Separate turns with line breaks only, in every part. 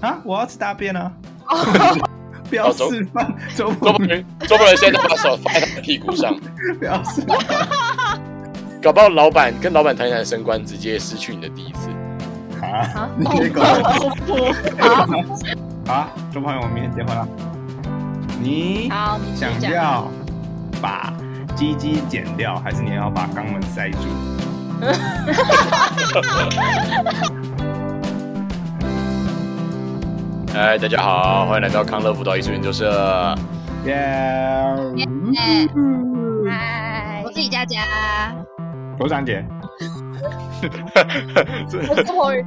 啊，我要吃大便啊！不
哦
要
走
示范，周
周
伯
伯伦，周伯伦现在把手放在他的屁股上，
不要示范。
搞不好老板跟老板谈一谈升官，直接失去你的第一次。
啊
啊！
你别搞
好恐怖！好，
啊！周朋友，我们明天结婚了。你
好，你
想
去讲。
要把鸡鸡剪掉，还是你要把肛门塞住？
嗨，哎大家好，欢迎来到康乐辅导艺术研究 社。
耶、
哎
嗨，
我是李佳佳，
嗯我是安杰，
我是红人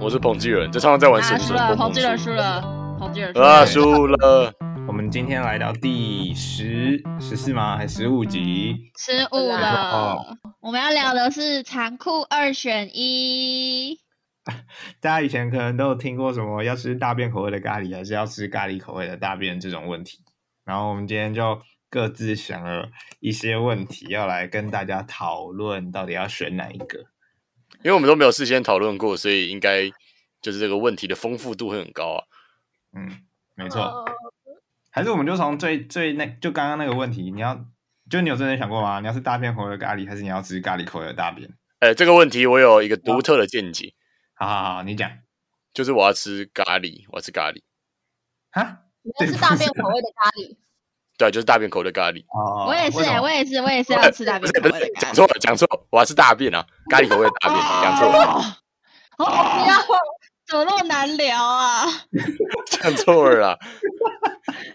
我是彭继仁，这常常在玩
啊，
神
输
神
了，
蹦
洪
蹦
志仁输了，洪志仁输
啊，
了，
输了。
我们今天来到第十十四吗？还十五集？
失误
哦
了。我们要聊的是残酷二选一，
大家以前可能都有听过什么要吃大便口味的咖喱，还是要吃咖喱口味的大便这种问题。然后我们今天就各自想了一些问题，要来跟大家讨论到底要选哪一个。
因为我们都没有事先讨论过，所以应该就是这个问题的丰富度会很高啊。
嗯，没错。还是我们就从最最那就刚刚那个问题，你要就你有认真想过吗？你要吃大便口味的咖喱，还是你要吃咖喱口味的大便？
哎，这个问题我有一个独特的见解，
好好好，你讲
就是我要吃咖喱，我要吃咖喱，
哈？
那是大便口味的咖喱，
对，啊就是大便口的咖喱。
哦，
我也是
为什
欸，
么
我也是，我也是要吃大
不
便
是
口
不
味的
是，讲
咖喱。
错了，讲错了，我要吃大便啊，咖喱口味的大便，讲错了，
哦，哦，不要，怎么那么难聊啊？
讲错了 啦。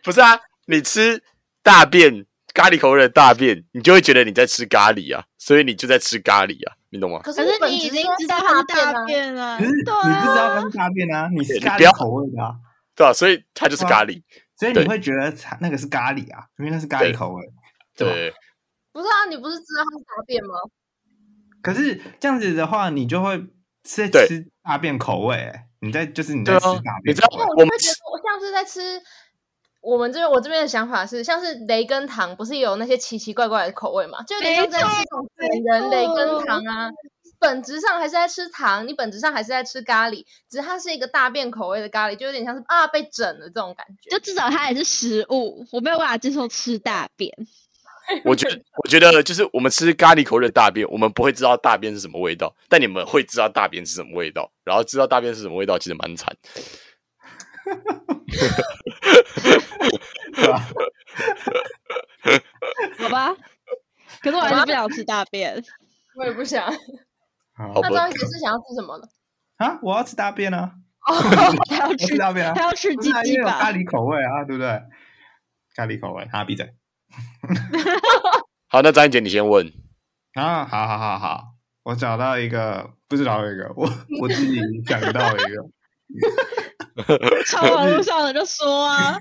不是啊，你吃大便咖喱口味的大便，你就会觉得你在吃咖喱啊，所以你就在吃咖喱啊，你懂吗？
可
可
是
是
本
你已
质
经
上
知道它
大
是大
啊
便了，
可是
对
你不知
啊，
道它是大便啊，你是
你
咖
不要
喱口味的啊，
对啊，所以它就是咖喱。
所以你
对
会觉得它那个是咖喱啊，因为那是咖喱
对
口味。对吧
对，
不是啊？你不是知道它是大便吗？
可是这样子的话，你就会吃
对
吃大便口味欸，你在就是你
对
在
啊
吃大
你
便
知道
口味。
我
我
就
们
会觉得我像是在吃。我们这边我这边的想法是，像是雷根糖，不是有那些奇奇怪怪的口味嘛？就有点像在吃那种本人雷根糖啊。本质上还是在吃糖，你本质上还是在吃咖喱，只是它是一个大便口味的咖喱，就有点像是啊被整了这种感觉。
就至少它也是食物，我没有办法接受吃大便。
我觉得，我觉得就是我们吃咖喱口味的大便，我们不会知道大便是什么味道，但你们会知道大便是什么味道，然后知道大便是什么味道，其实蛮惨。
好吧。可是我还是不想吃大便。
我也不想。
好
好
那
吧
张医师想要吃什么呢？
啊，我要吃大便啊，
他 要
我要
吃
吃，大便啊
他，要吃
不
鸡
是啊因为
鸡
有咖
吧？
喱口味啊，对不对？咖喱口味啊，闭嘴
好，那张一姐你先问，
啊！好好好好，我找到一个，不是找到一个，我我自己想到一个。
超
嗯
网络上的就说啊，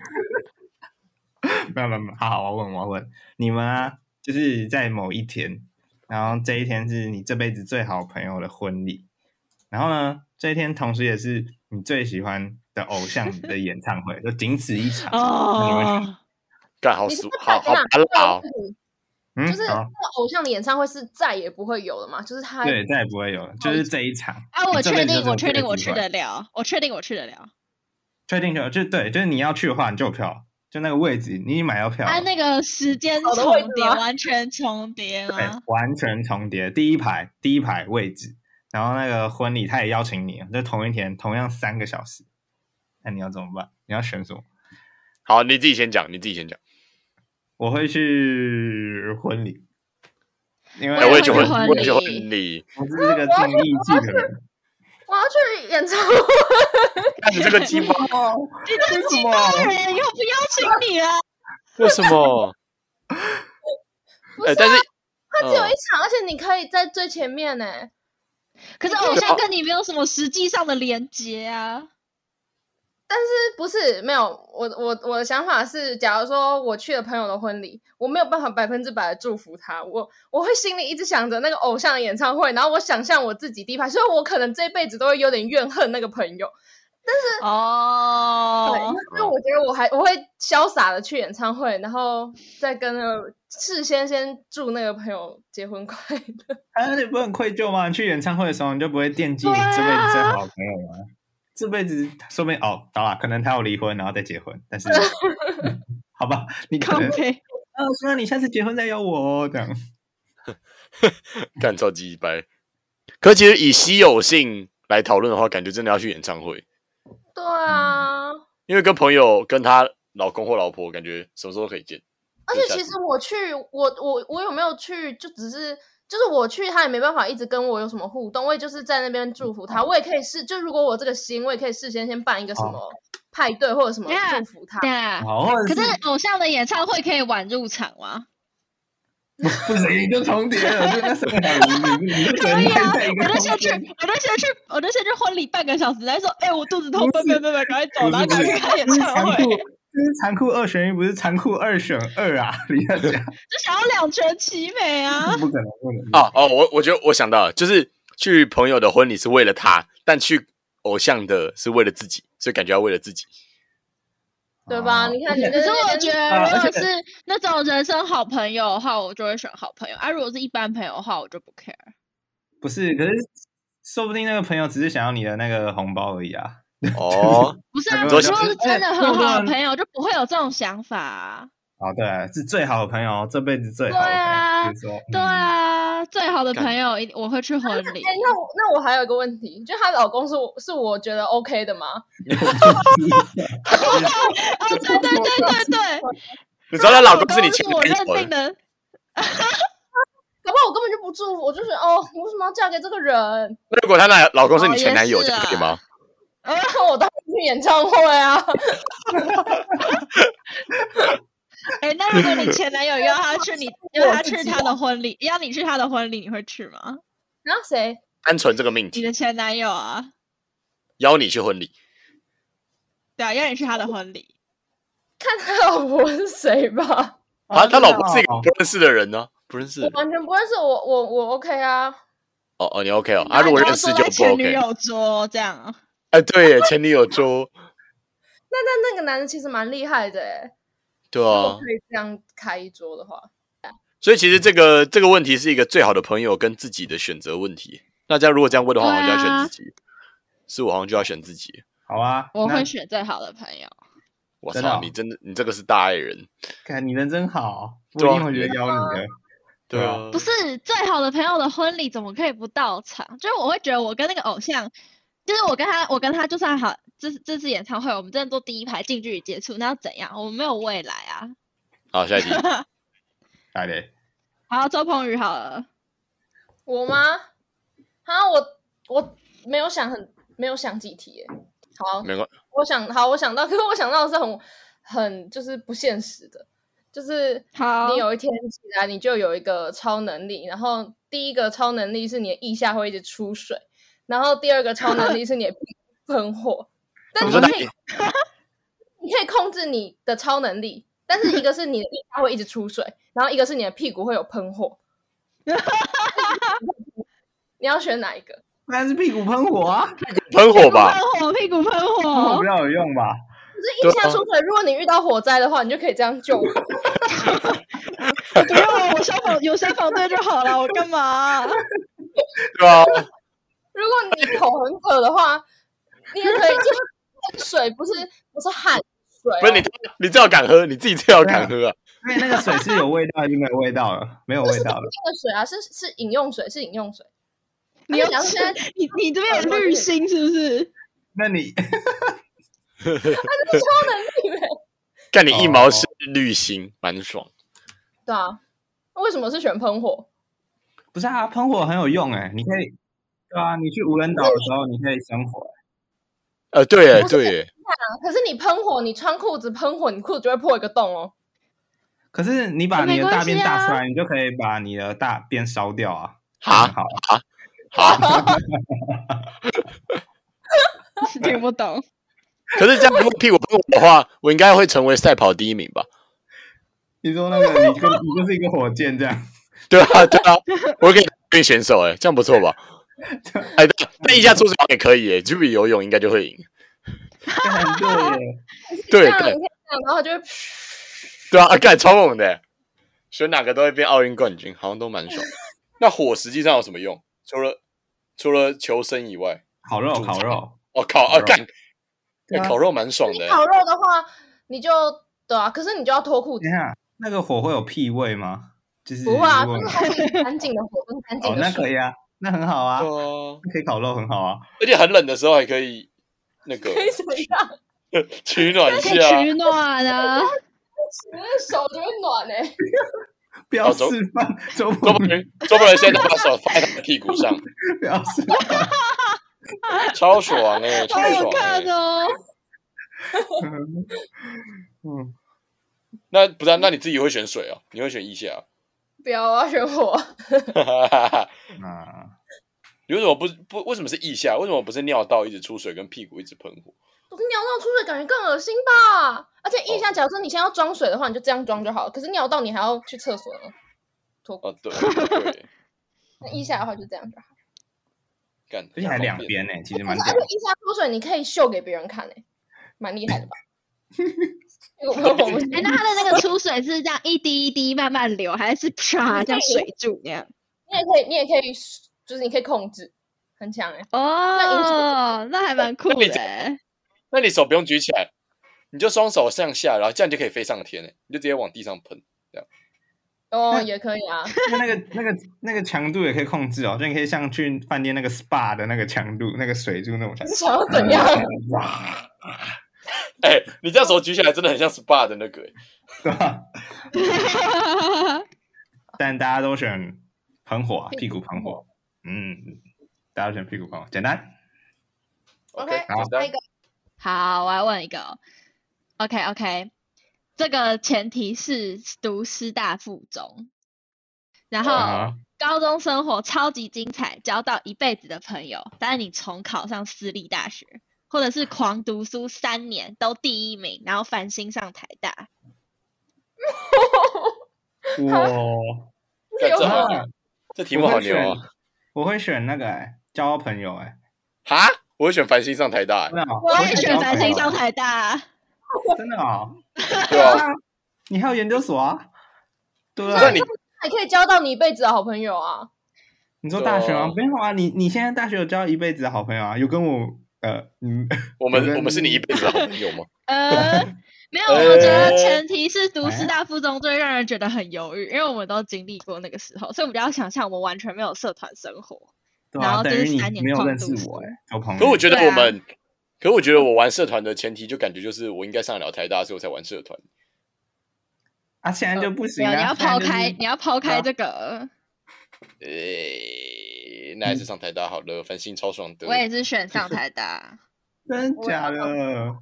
没有没有，没有好好，我要问我要问你们啊，就是在某一天，然后这一天是你这辈子最好朋友的婚礼，然后呢，这一天同时也是你最喜欢的偶像的演唱会，就仅此一场。
哦，
干好
你是
俗
不，
好好拔辣
啊
哦，
嗯，
就是那
好
个偶像的演唱会是再也不会有了嘛？就是他
对，再也不会有了，就是这一场。
啊，我
你这辈
确
子就
定，
只有
我确
这
定，
个
我
机
去
会
得了，我确定，我去得了。
确定就就对，就是你要去的话，你就有票，就那个位置你已经买到票了，
它啊那个时间
好的位置
重叠，
吗
完全重叠
对
吗？，
完全重叠，第一排第一排位置，然后那个婚礼他也邀请你，就同一天同样三个小时，那你要怎么办？你要选什么？
好，你自己先讲，你自己先讲。
我会去婚礼，因为
哎
我
我也会
也去
去
婚，
婚
我也去
礼
婚礼。
我是这个重义气的人。
我要去演唱会，
但你这个鸡巴，
哦，为什么？
当然以后不邀请你了，
为什么？
不
哎，
是啊
但是
它只有
嗯
一场，而且你可以在最前面呢、
可是偶像跟你没有什么实际上的连接啊。
不是没有，我我我的想法是，假如说我去了朋友的婚礼，我没有办法百分之百的祝福他，我我会心里一直想着那个偶像的演唱会，然后我想象我自己第一排，所以我可能这辈子都会有点怨恨那个朋友。对，
哦，
所以我觉得我还我会潇洒的去演唱会，然后再跟那个事先先祝那个朋友结婚快乐。
哎啊，你不是很愧疚吗？你去演唱会的时候，你就不会惦记你这辈子最好的朋友吗？这辈子说不定哦，好啦，可能他要离婚，然后再结婚， 但是好吧，你可
靠
能
背，
啊，希望你下次结婚再邀我哦，这样。
干超级掰。可其实以稀有性来讨论的话，感觉真的要去演唱会，
对啊，
因为跟朋友、跟她老公或老婆，感觉什么时候可以见？
而
就
且
下
其
次
实我去，我我我有没有去，就只是就是我去，他也没办法一直跟我有什么互动，我也就是在那边祝福他，我也可以事，就如果我这个心，我也可以事先先办一个什么派对或者什么
等一下
祝福他。
对啊。
好，或
可
者
是偶像的演唱会可以晚入场吗？
不行就重叠了，就那什么，你你你不能
啊
太在一
我
个
都先
空
去，
间。
我都先去，我都先去婚礼半个小时，再说，哎、我肚子痛，拜拜拜拜，赶快走，
不
然后
是不
赶
是
快去看 演
这是
唱
残酷，
会，
这是残酷二选一，不是残酷二选二啊！ 你要讲，
就想要两全其美啊！
不可能，不可能。
哦哦，我我觉得我想到了，就是去朋友的婚礼是为了他，但去偶像的是为了自己，所以感觉要为了自己。
对吧？
哦
你看你
可
这
是我觉
啊
得，
而
如果
且
是那种人生好朋友的话，我就会选好朋友；啊，如果是一般朋友的话，我就不 care。
不是，可是说不定那个朋友只是想要你的那个红包而已啊。
哦，
不是
哎
啊，
不
如
是
果
就是
是真的
哎
很好
如
的
果
朋友，就不会有这种想法、啊。
哦，对、啊，是最好的朋友，这辈子最好的朋
对啊
友。比如说，
嗯
对啊，最好的
干
朋友一定我会去婚礼
哎、。那我那我还有一个问题，就她老公是我是我觉得 OK 的吗？
哦，对对对对对，
你知道她老公是你
是
前
我
男
认
友
定
的，
的。
搞不好我根本就不祝福，我就觉得哦，我为什么要嫁给这个人？
那如果她那老公是你
哦
前
也
男友，
是
这样可以
啊
吗？
然后 我当然去演唱会啊！
哎，那如果你前男友邀他去 你
我
邀他
自
去
己
他的婚礼，邀你去他的婚礼，你会去吗？
然后谁？
单纯这个命
你
题，
的前男友啊，
邀你去婚礼，
对啊，邀你去他的婚礼。
看他老婆是谁吧。
啊，她老婆是一个
哦
不认识的人呢，不认识的
我
人。
完全不认识我，我我 OK 啊。
哦哦，你 OK 哦，
然
啊，
后
如果
你要
认识
坐
就
在
不
前女
OK。
友桌这样啊。
哎，对耶，前女友桌，
那那那个男的其实蛮厉害的诶，
对
如
啊
果，可以这样开一桌的话，
所以其实这个这个问题是一个最好的朋友跟自己的选择问题。大家如果这样问的话，我
对
好
啊
像就要选自己，是我好像就要选自己。
好啊，
我
那
会选最好的朋友。
我
真的哦
操，你真的你这个是大爱人，
看你人真好，我
对
一
啊
定会觉得邀你的。对啊
嗯
不是最好的朋友的婚礼怎么可以不到场？就是我会觉得我跟那个偶像，就是我跟他，我跟他就算好，这次这次演唱会我们真的坐第一排近距离接触，那又怎样？我们没有未来啊。
好， 下一题，
来嘞，
好，周鹏宇好了，
我吗？啊，我我没有想很没有想几题诶。好，
没关
我想好，我想到，可是我想到的是很很就是不现实的，就是
哦
好，
你有一天起来，你就有一个超能力，然后第一个超能力是你的腋下会一直出水，然后第二个超能力是你的屁股喷 火，但
你
你
说那
可以 你可以控制你的超能力，但是一个是你的腋下会一直出水，然后一个是你的屁股会有 喷火，你要选哪一个？
那是屁股喷火啊，
喷火吧，嗯
喷火，屁股喷
喷火
火
比，较有用吧？
啊
就是腋下出水，如果你遇到火灾的话，你就可以这样 救火。
不用我消防有消防队就好了，我干嘛？
对啊，
如果你口很渴的话，你也可以就是水，不是不是汗水哦、
不是你你最好敢喝，你自己最好敢喝啊，
因为那个水是有味道，已经没有味道了，没有味道了。
那个水啊，是是饮用水，是饮用
啊
水。
你要
而且讲现在
你你这边有滤芯是不是？
那你
干你一毛
哦
是绿心，蛮爽。
对啊，那为什么是选喷火？
不是啊？喷火很有用哎、你可以对啊，你去无人岛的时候，你可以生火。欸
呃，对耶
不是
对耶，
啊可是你喷火，你穿裤子喷火，你裤子就会破一个洞哦。
可是你把你
没
的
关
大便
系
大
啊
出来，你就可以把你的大便烧掉啊。
哈
很好，
好，
听不懂。
可是这样如果屁股喷火的话，我应该会成为赛跑第一名吧？
你说那个你就你就是一个火箭这样。
对啊，对啊，我可以变选手哎、这样不错吧？哎，对但一下出手也可以哎、就比游泳应该就会赢。
很对耶，
这
对
样你
对
可以这样，然后就会噗
对啊，啊干超猛的欸、选哪个都会变奥运冠军，好像都蛮爽。那火实际上有什么用？除了除了求生以外，
烤肉烤肉，
我靠，
烤
啊
肉
干，
对啊
哎烤肉蛮爽的
你
欸，
烤肉的话，你就对啊，可是你就要脱裤子
等一，下，那个火会有屁味吗？就是
不会啊，
如果
就是还是干净的火跟干
嗯
净
哦，
的
那
水。
可以啊，那很好啊，
对啊
可以烤肉很好啊。
而且很冷的时候还可以那 个
可以怎么样？
取暖一
可以
下，
取暖啊。
我的手就会暖哎、
不要
哦周
示范，周
周
不
伯伦，周伯伦现在把手放在他的屁股上，
不要示范，
超爽哎、超
我有
爽哎、
看哦，
嗯，
那不是啊、那你自己会选水啊？你会选一下、
不要，我要选火。
啊？
啊，
你为什么不不？为什么是腋下？为什么不是尿道一直出水，跟屁股一直喷火？
不是尿道出水，感觉更恶心吧？而且腋下，假如说你现在要装水的话，你就这样装就好了。可是尿道你还要去厕所呢，脱裤
哦，对对，
那腋下的话就这样就好。
干，
而且还两边呢，其实蛮
而且
屌
而
的。
且腋下出水，你可以秀给别人看诶、蛮厉害 的吧？这个我不行
哎，那它的那个出水是这样一滴一滴慢慢流，还是 啪这样水柱那样？
你也可以，你也可以，就是你可以控制，很强欸诶、
哦，那还蛮酷
那你
的
这
欸。
那你手不用举起来，你就双手向下，然后这样就可以飞上天哎、你就直接往地上喷。
哦，也可以 啊。
那那个那个那个强度也可以控制哦，就你可以像去饭店那个 SPA 的那个强度，那个水柱那种强
你想要怎样？
嗯
哇，
哎、你这样手举起来真的很像 SPA 的那个、欸，
对吧？但大家都选喷火啊，屁股喷火，嗯，大家都选屁股喷火，简单。
OK，
OK，
好
下一个，
好，我来问一个哦。OK OK，这个前提是读师大附中，然后
啊，
高中生活超级精彩，交到一辈子的朋友，但是你重考上私立大学，或者是狂读书三年都第一名，然后繁星上台大，
我
干
有
这好
啊
这题目好牛
我会
啊！
选我会选那个哎，交朋友哎，
哈，我会选繁星上台大、欸，
真的哦，
我也选
交
繁
朋
星
友
上台大。啊
真的哦，
对 啊，
啊你还有研究所啊？对
那
啊，
你
那你可以交到你一辈子的好朋友啊。
你说大学吗？
对啊
没有啊，你你现在大学有交一辈子的好朋友啊？有跟我呃，嗯，
我们我们是你一辈子的好朋友吗？
呃，没有，我觉得
呃
前提是读师
哎
大附中最让人觉得很犹豫，因为我们都经历过那个时候，所以我们就要想象我们完全没有社团生活。
对
然
啊，
后就
等
是
于你
三年
没有
旷
认识
读
我
书
哎，交朋友。
可我觉得
对啊
我们，可我觉得我玩社团的前提就感觉就是我应该上得了台大，所以我才玩社团。
啊，现在就不行
呃没有，
啊，
你要
现在
抛
就是
开，你要抛
啊
开这个，
呃、那还是上台大好了，繁星超爽的
嗯我。也是选上台 啊大。
真
我
假
要
的？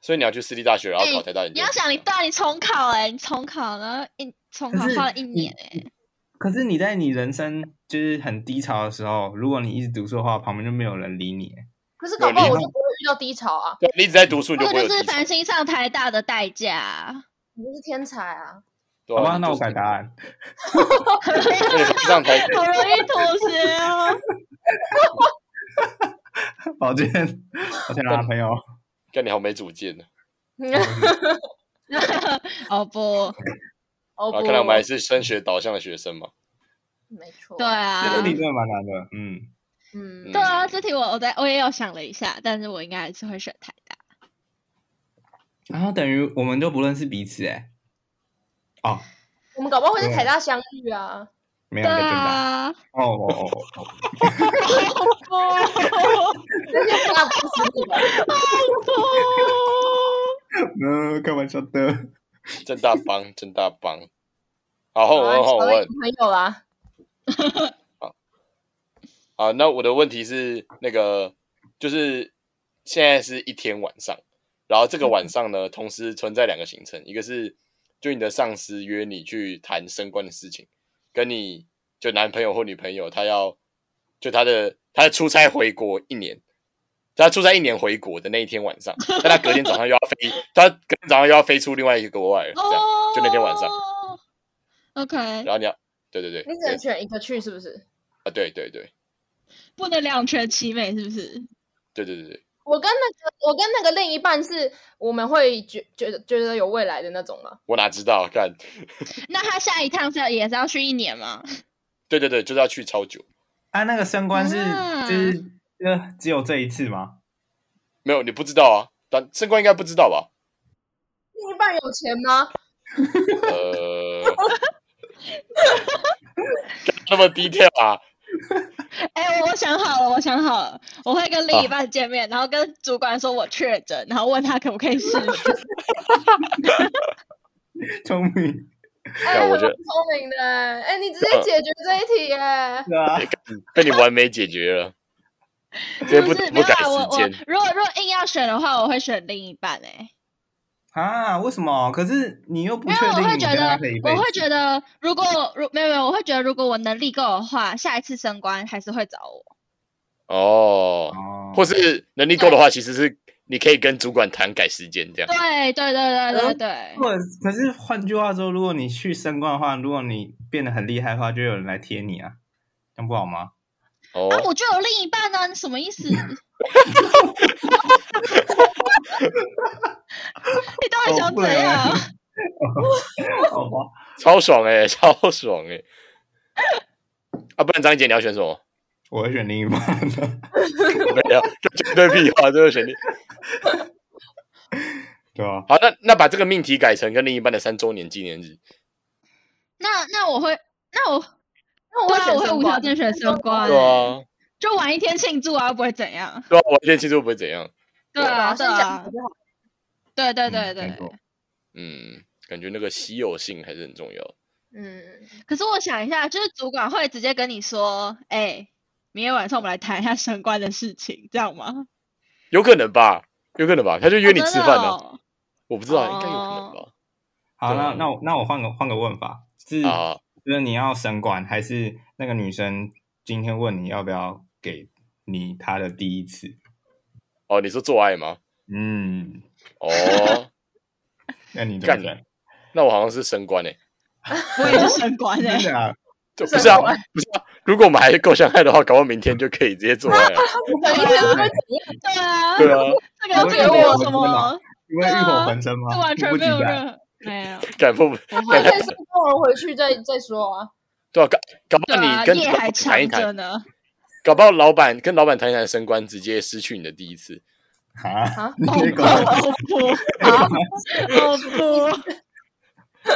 所以你要去私立大学，然后考台大研
哎你
究
要
所。
想你，对啊，你重考哎、你重考，然后一重
可
考
是
花了一
你
年哎、
可是你在你人生就是很低潮的时候，如果你一直读书的话，旁边就没有人理你欸。
可是搞不好
有
我
礼
就不会遇到低潮啊，
对你一直在读书，你就
这
不会有
个就是
低潮
繁星上台大的代价。啊
你就是天才啊！
对
好
啊
吧，
你
那
就
我改答案。
对上台
好容易妥协哦。
抱歉，抱歉啦，朋友。
干你好没主见呢。
哦不，
哦
啊，
不，
看来我们还是升学导向的学生嘛。
没错，
对，啊
这，个题真的蛮难的，嗯，
嗯，
对啊，这题我我在我也有想了一下，但是我应该还是会选台大。
然后啊等于我们都不认识彼此哎。哦，
我们搞不好会在
对
嗯
台大相遇啊。
没有
对
一个正答。
啊，
哦哦哦哦 哦，
哦
那些大公司里吧，
不，
嗯，开玩笑的。
正大帮，正大帮。好，换我
啊
问，哦换我
好
问。
朋友啦，
啊，那我的问题是那个，就是现在是一天晚上，然后这个晚上呢，同时存在两个行程，一个是就你的上司约你去谈升官的事情，跟你就男朋友或女朋友，他要就他的他出差回国一年，他出差一年回国的那一天晚上，但他隔天早上又要飞，他隔天早上又要飞出另外一个国外了，这样，
哦，
就那天晚上。
OK，
然后你要对对对，
你只
对
能选一个去，是不是？
啊对对对
不能两全其美，是不是？
对对对对，
我跟那个，我跟那个另一半是我们会觉觉得觉得有未来的那种嘛。
我哪知道干？
那他下一趟是要也是要去一年吗？
对对对，就是要去超久。
啊，那个升官是
啊
就是呃只有这一次吗？
没有，你不知道啊，但升官应该不知道吧？
另一半有钱 吗？
呃，干嘛那么低调啊？
哎、我我想好了，我想好了，我会跟另一半见面，然后跟主管说我确诊，然后问他可不可以试试。
聪明，
哎、
我觉
很聪
得
明的哎、哎你直接解决这一题耶、
对啊，
被你完美解决了，直接不
是，
不
没有
改
啊，我
时
我
间。
如果如果硬要选的话，我会选另一半哎、
啊，为什么？可是你又不
没
确
有，我
定
会
你
觉
跟他
得
可以一，辈
我会
子
觉得，如果如没有没有，我会觉得，如果我能力够的话，下一次升官还是会找我。
哦，
哦，
或是能力够的话，其实是你可以跟主管谈改时间这样。
对对对对对
嗯
对，
或者可是换句话说，如果你去升官的话，如果你变得很厉害的话，就有人来贴你啊，这样不好吗？
啊，
哦，
我就有另一半啊呢，你什么意思？你到底
哦
想
不
怎
然
样？
啊
好吧，
超爽哎、 超爽哎、啊，不然张姐你要选什 么？
我会选另一半。
没有，这绝对屁话，这个选定。
对啊，
好，那那把这个命题改成跟另一半的三周年纪念日。
那那我会，那我
那我
对
会
啊，
选
我会
升
无条
官
件选升官
对
欸，
啊，
就玩一天庆祝啊，又不会怎样。
对啊，我练其实不会怎样。
对
对
啊，
啊，
对
先讲
啊
好，就好。
对对
嗯
对
没
对。
错
嗯，感觉那个稀有性还是很重要。
嗯，
可是我想一下，就是主管会直接跟你说，哎、明天晚上我们来谈一下升官的事情，这样吗？
有可能吧，有可能吧，他就约
哦
你
真
吃
的
饭呢、啊
哦
我不知道，应该有可能吧。
好，那
对
那我那我换个换个问法，
哦
是
啊，
就是你要升官，还是那个女生今天问你要不要给你她的第一次？
哦，你说做爱吗？
嗯，
哦，
那你怎么
干
选？
那我好像是升官诶、
我也是升官 哎、
真的啊，
这不是啊
升官，
不是啊。如果我们还够相爱的话，搞到明天就可以直接做爱了。啊
等一天会怎样？
对啊，
对啊，
这个
我
这
也
个
没有
有
我
什
不知道
么？
因为
对
浴
啊
火焚身吗？
这完
我不啊
全
记
没有
得
任何没有。
敢不？
我
啊
会啊先升官，我回去再再说啊。
对啊，搞搞不
对
好
啊，
你跟
夜
老
还
板谈一谈
长着，呢。
搞不好老板跟老板谈一谈升官，直接失去你的第一次。
啊
啊，
你
哦
这
不
个
哦不哦不，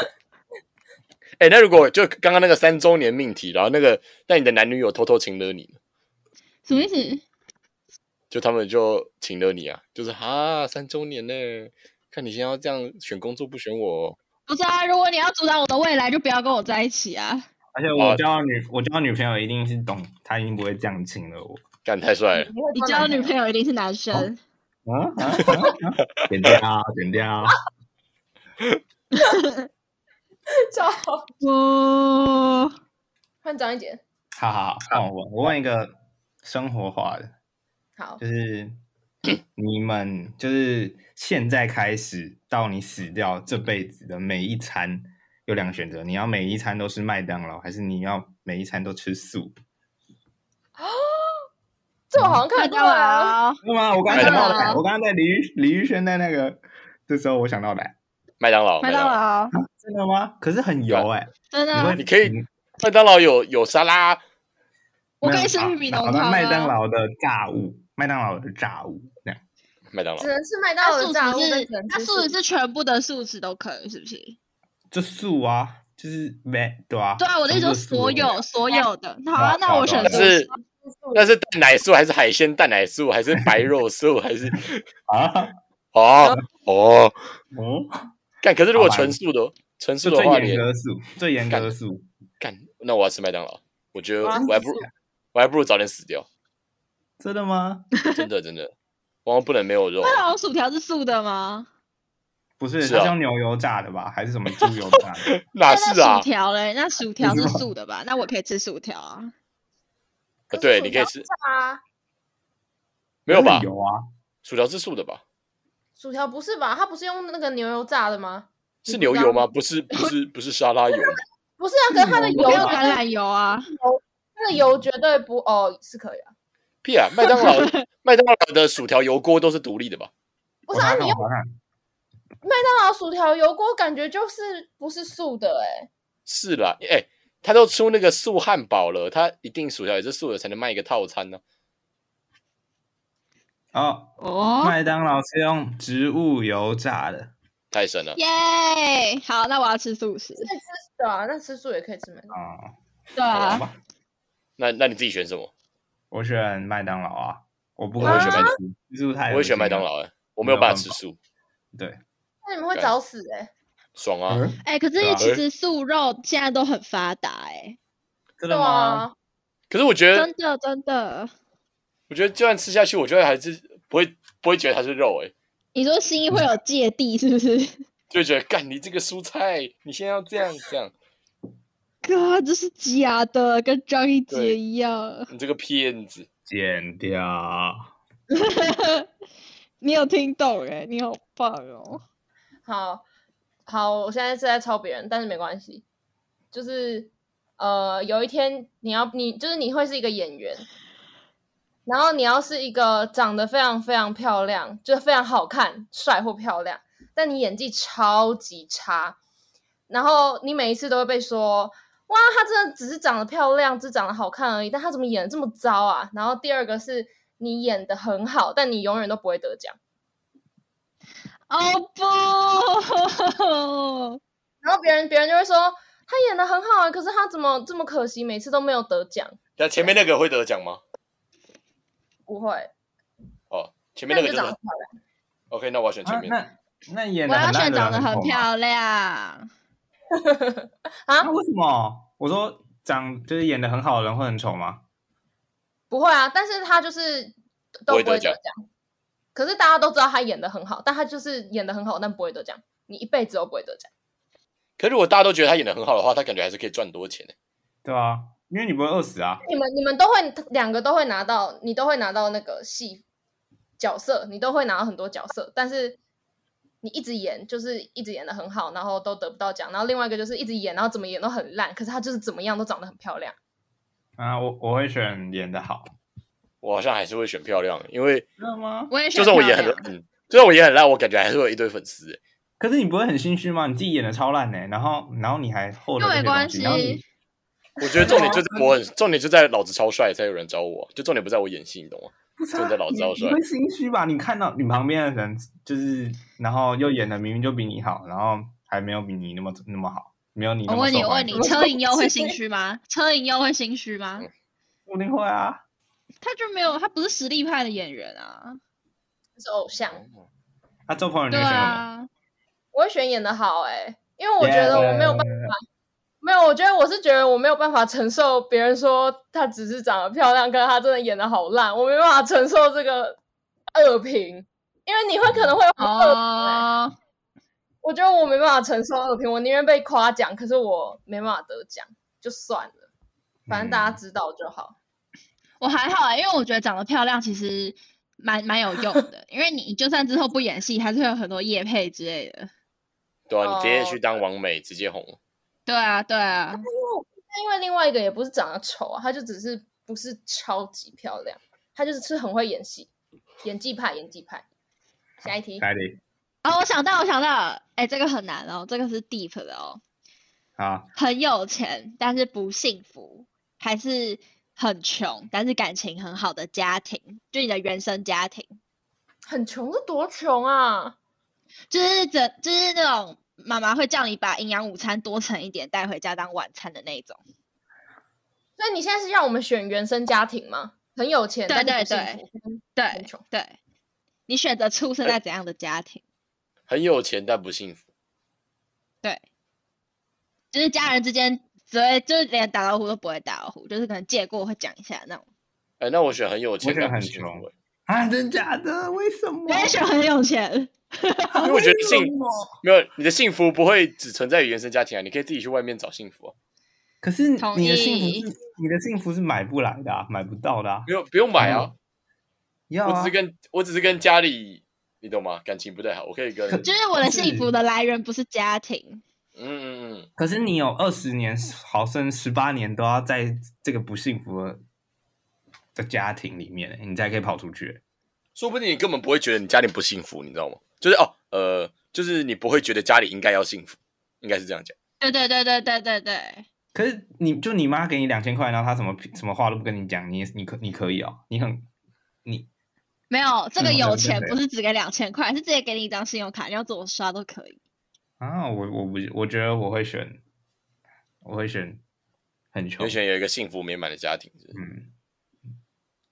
哎、那如果就刚刚那个三周年命题，然后那个那你的男女友偷偷请了你呢，
什么意思？
就他们就请了你啊，就是哈三周年呢，看你先要这样选工作不选我、哦，
不是啊，如果你要阻挡我的未来，就不要跟我在一起啊！
而且
好
我交女我交女朋友一定是懂，她一定不会这样亲了我。
干太帅了，
会
你
当
交
男
女朋
友？
友一定是男生，
啊啊啊！啊剪掉，剪 掉。
超好，
不、
换张一杰。
好好，好哦那我问我问一个生活化的，
好，
就是你们就是现在开始到你死掉这辈子的每一餐有两个选择，你要每一餐都是麦当劳，还是你要每一餐都吃素？
这我好像
快
看
到
过啊。
了哦。
是吗？我刚才
麦
想
当劳
到的，我刚刚在李宇李宇轩在那个这时候我想到的，
麦当劳，
麦
麦
当
当劳，
劳，
真的吗？可是很油哎、
哦真的
你
啊
会，
你可以麦当劳有有沙拉，
我
没有
可以吃
好
玉米
好
浓
那
汤
麦
啊
当劳的炸物，麦当劳的炸物这样。
麦当劳
只能吃麦当
它
劳
素
的炸物，
食
但
是
只能
它
吃
素食
素。
是全部的素食都可以，是不是？
就素啊，就是没对啊，
对啊，我的意思说
全部
所
都素的
有所有的。好
好
啊，那
好
我选
好
素
但是
食。
那是蛋奶素还是海鲜蛋奶素还是白肉素还 是
啊，
哦哦，
哦，
干可是如果
好吧
纯素的纯
就
素的
最
话，
严
你
格的素，最严格的素，
干那我要吃麦当劳，我觉得
啊
我
我还
要
不如
吃
我还不如早点死掉，
真的吗？
真的真的，我好像不能没有肉
麦，当劳薯条是素的吗？
不是，
是
它
啊
是用牛油炸的吧？还是什么猪油炸的？
哪
那
是
那
啊
薯？条嘞？那薯条
不
是
知道
素的吧？那我可以吃薯条啊。
啊对，你可以
吃
吃，
啊。
没有吧
很？油啊，
薯条是素的吧？
薯条不是吧？它不是用那个牛油炸的吗？你
是
不
牛
知道
油吗？
吗
不是，不是，不是沙拉油吗。
不是啊，可是它的
是牛
油
嗯我
油吧
绝
没有橄
对，
榄油啊，
那个油绝对不哦，是可以啊。
屁啊！麦当劳麦当劳的薯条油锅都是独立的吧？
不
我
是啊，
查
你
看，我
用
查看，
麦当劳薯条油锅，感觉就是不是素的哎、
是啦，哎、他都出那个素汉堡了，他一定薯条也是素的才能卖一个套餐呢、
哦，
哦，
麦当劳是用植物油炸的，
太神 了！
耶！好，那我要吃素食。
对啊，那吃素也可以吃麦当劳。
哦，
对
好
啊，
吧，
那那你自己选什么？
我选麦当劳啊，我不
我
会
会
选
选麦，
自助太
我会选麦当，劳、欸，我没有办法吃素，
对，
那你们会
对
早死哎、
爽啊！
哎、可
对啊
是其实素肉现在都很发达、哎、
真
对
的吗？
啊，
可是我觉得
真，的真的。
我觉得就算吃下去，我觉得还是不会不会觉得它是肉、欸，哎，
你说心意会有芥蒂是不是？
就会觉得干你这个蔬菜，你现在要这样这样，
哥，这是假的，跟张一杰
对
一样。
你这个骗子！
剪掉，啊
你有听懂哎、你好棒哦！
好好，我现在是在抄别人，但是没关系，就是呃，有一天你要你就是你会是一个演员，然后你要是一个长得非常非常漂亮，就是非常好看、帅或漂亮，但你演技超级差，然后你每一次都会被说。哇，她真的只是长得漂亮，只是长得好看而已，但她怎么演的这么糟啊？然后第二个是你演的很好，但你永远都不会得奖。
哦
然后别人别人就会说他演的很好啊，可是他怎么这么可惜，每次都没有得奖？
那前面那个会得奖吗？
不会，
哦，前
那
面那
你
个
就
就
长得
是
漂亮。
OK，那我要选前
啊
面。
那那演
不，
的
我要
很烂
选
的
长得很
红啊吗
漂亮。
那啊为什么？我说长就是演的很好的人会很丑吗？
不会啊，但是他就是
不
都
会
不
得
会得
奖
奖。可是大家都知道他演的很好，但他就是演的很好，但不会得奖，你一辈子都不会得奖。
可如果大家都觉得他演的很好的话，他感觉还是可以赚很多钱欸
对啊，因为你不会饿死啊。
你们你们都会两个都会拿到，你都会拿到那个戏角色，你都会拿到很多角色，但是你一直演就是一直演的很好，然后都得不到奖。然后另外一个就是一直演，然后怎么演都很烂，可是他就是怎么样都长得很漂亮。
啊，我我会选演的好，
我好像还是会选漂亮欸，因为
真的吗？
我也
就
选
算我
漂
演很
亮
烂，就算我演很烂，我感觉还是会有一堆粉丝欸。
可是你不会很心虚吗？你自己演的超烂呢、然后然后你还获得这
那没
些
关
东
系
西，然后你
我觉得重点就是我 很，重点就在老子超帅才有人找我，就重点不在我演戏，你懂吗？
不是、啊、
真的老
你
招帅
你会心虚吧？你看到你旁边的人，就是然后又演的明明就比你好，然后还没有比你那么那么好，没有你那
我
么
问你，
受
我
欢
问
迎
你，车银优会心虚 吗？车银优会心虚吗？
我一定会啊。
他就没有，他不是实力派的演员啊。
就是偶像，
那周鹏宇你
对
会选什么？
啊，
我会选演的好哎、因为我觉得我没有办法
Yeah
没有，我觉得我是觉得我没有办法承受别人说她只是长得漂亮，可是她真的演的好烂，我没办法承受这个恶评，因为你会可能
嗯
会有很多恶评欸、
哦，
我觉得我没办法承受恶评，我宁愿被夸奖，可是我没办法得奖，就算了，反正
嗯
大家知道就好。
我还好啊、因为我觉得长得漂亮其实蛮蛮有用的， 因为你就算之后不演戏，还是会有很多业配之类的。
对啊，你直接
哦
去当王美，直接红。
对啊，对啊，
但因为另外一个也不是长得丑啊，她就只是不是超级漂亮，她就是是很会演戏，演技派，演技派。下一题，
来里
哦，我想到，我想到了，哎、这个很难哦，这个是 deep 的哦，
啊，
很有钱但是不幸福，还是很穷但是感情很好的家庭，就你的原生家庭，
很穷是多穷啊！
就是这就是那种妈妈会叫你把营养午餐多盛一点带回家当晚餐的那种。
所以你现在是让我们选原生家庭吗？很有钱，
对
但
对
是不幸
对
福跟很
对
穷。
对，你选择出生在怎样的家庭？
很有钱但不幸福，
对，就是家人之间只会就是连打招呼都不会打招呼，就是可能见过会讲一下那种。
哎、那我选很有
我
钱
选
但不
很
幸
穷
福、欸，
啊，真假的？为什么？
我也选很有钱，
因为我觉得
为
幸
什么
没有你的幸福不会只存在于原生家庭啊，你可以自己去外面找幸福、啊，
可是你
同
的幸福
意
是你的幸福是买不来的、啊，买不到的、啊
不。用不用买啊，
嗯
要
我
啊
只是，跟我只是跟家里，你懂吗？感情不太好，我可以 跟嗯
就是我的
是
幸福的来源不是家庭。
嗯嗯，
可是你有二十年，好甚十八年都要在这个不幸福的的家庭里面，你才可以跑出去。
说不定你根本不会觉得你家里不幸福，你知道吗？就是哦呃，就是你不会觉得家里应该要幸福，应该是这样讲。
对对对对对对对，
可是你就你妈给你两千块，然后她什么什么话都不跟你讲，你也你可你可以哦，你很你
没有，这个
嗯
有
了解
钱
了
不是只给两千块，是直接给你一张信用卡，你要怎么刷都可以。
啊，我我不，我觉得我会选，我会选很穷
你，选有一个幸福美满的家庭是不是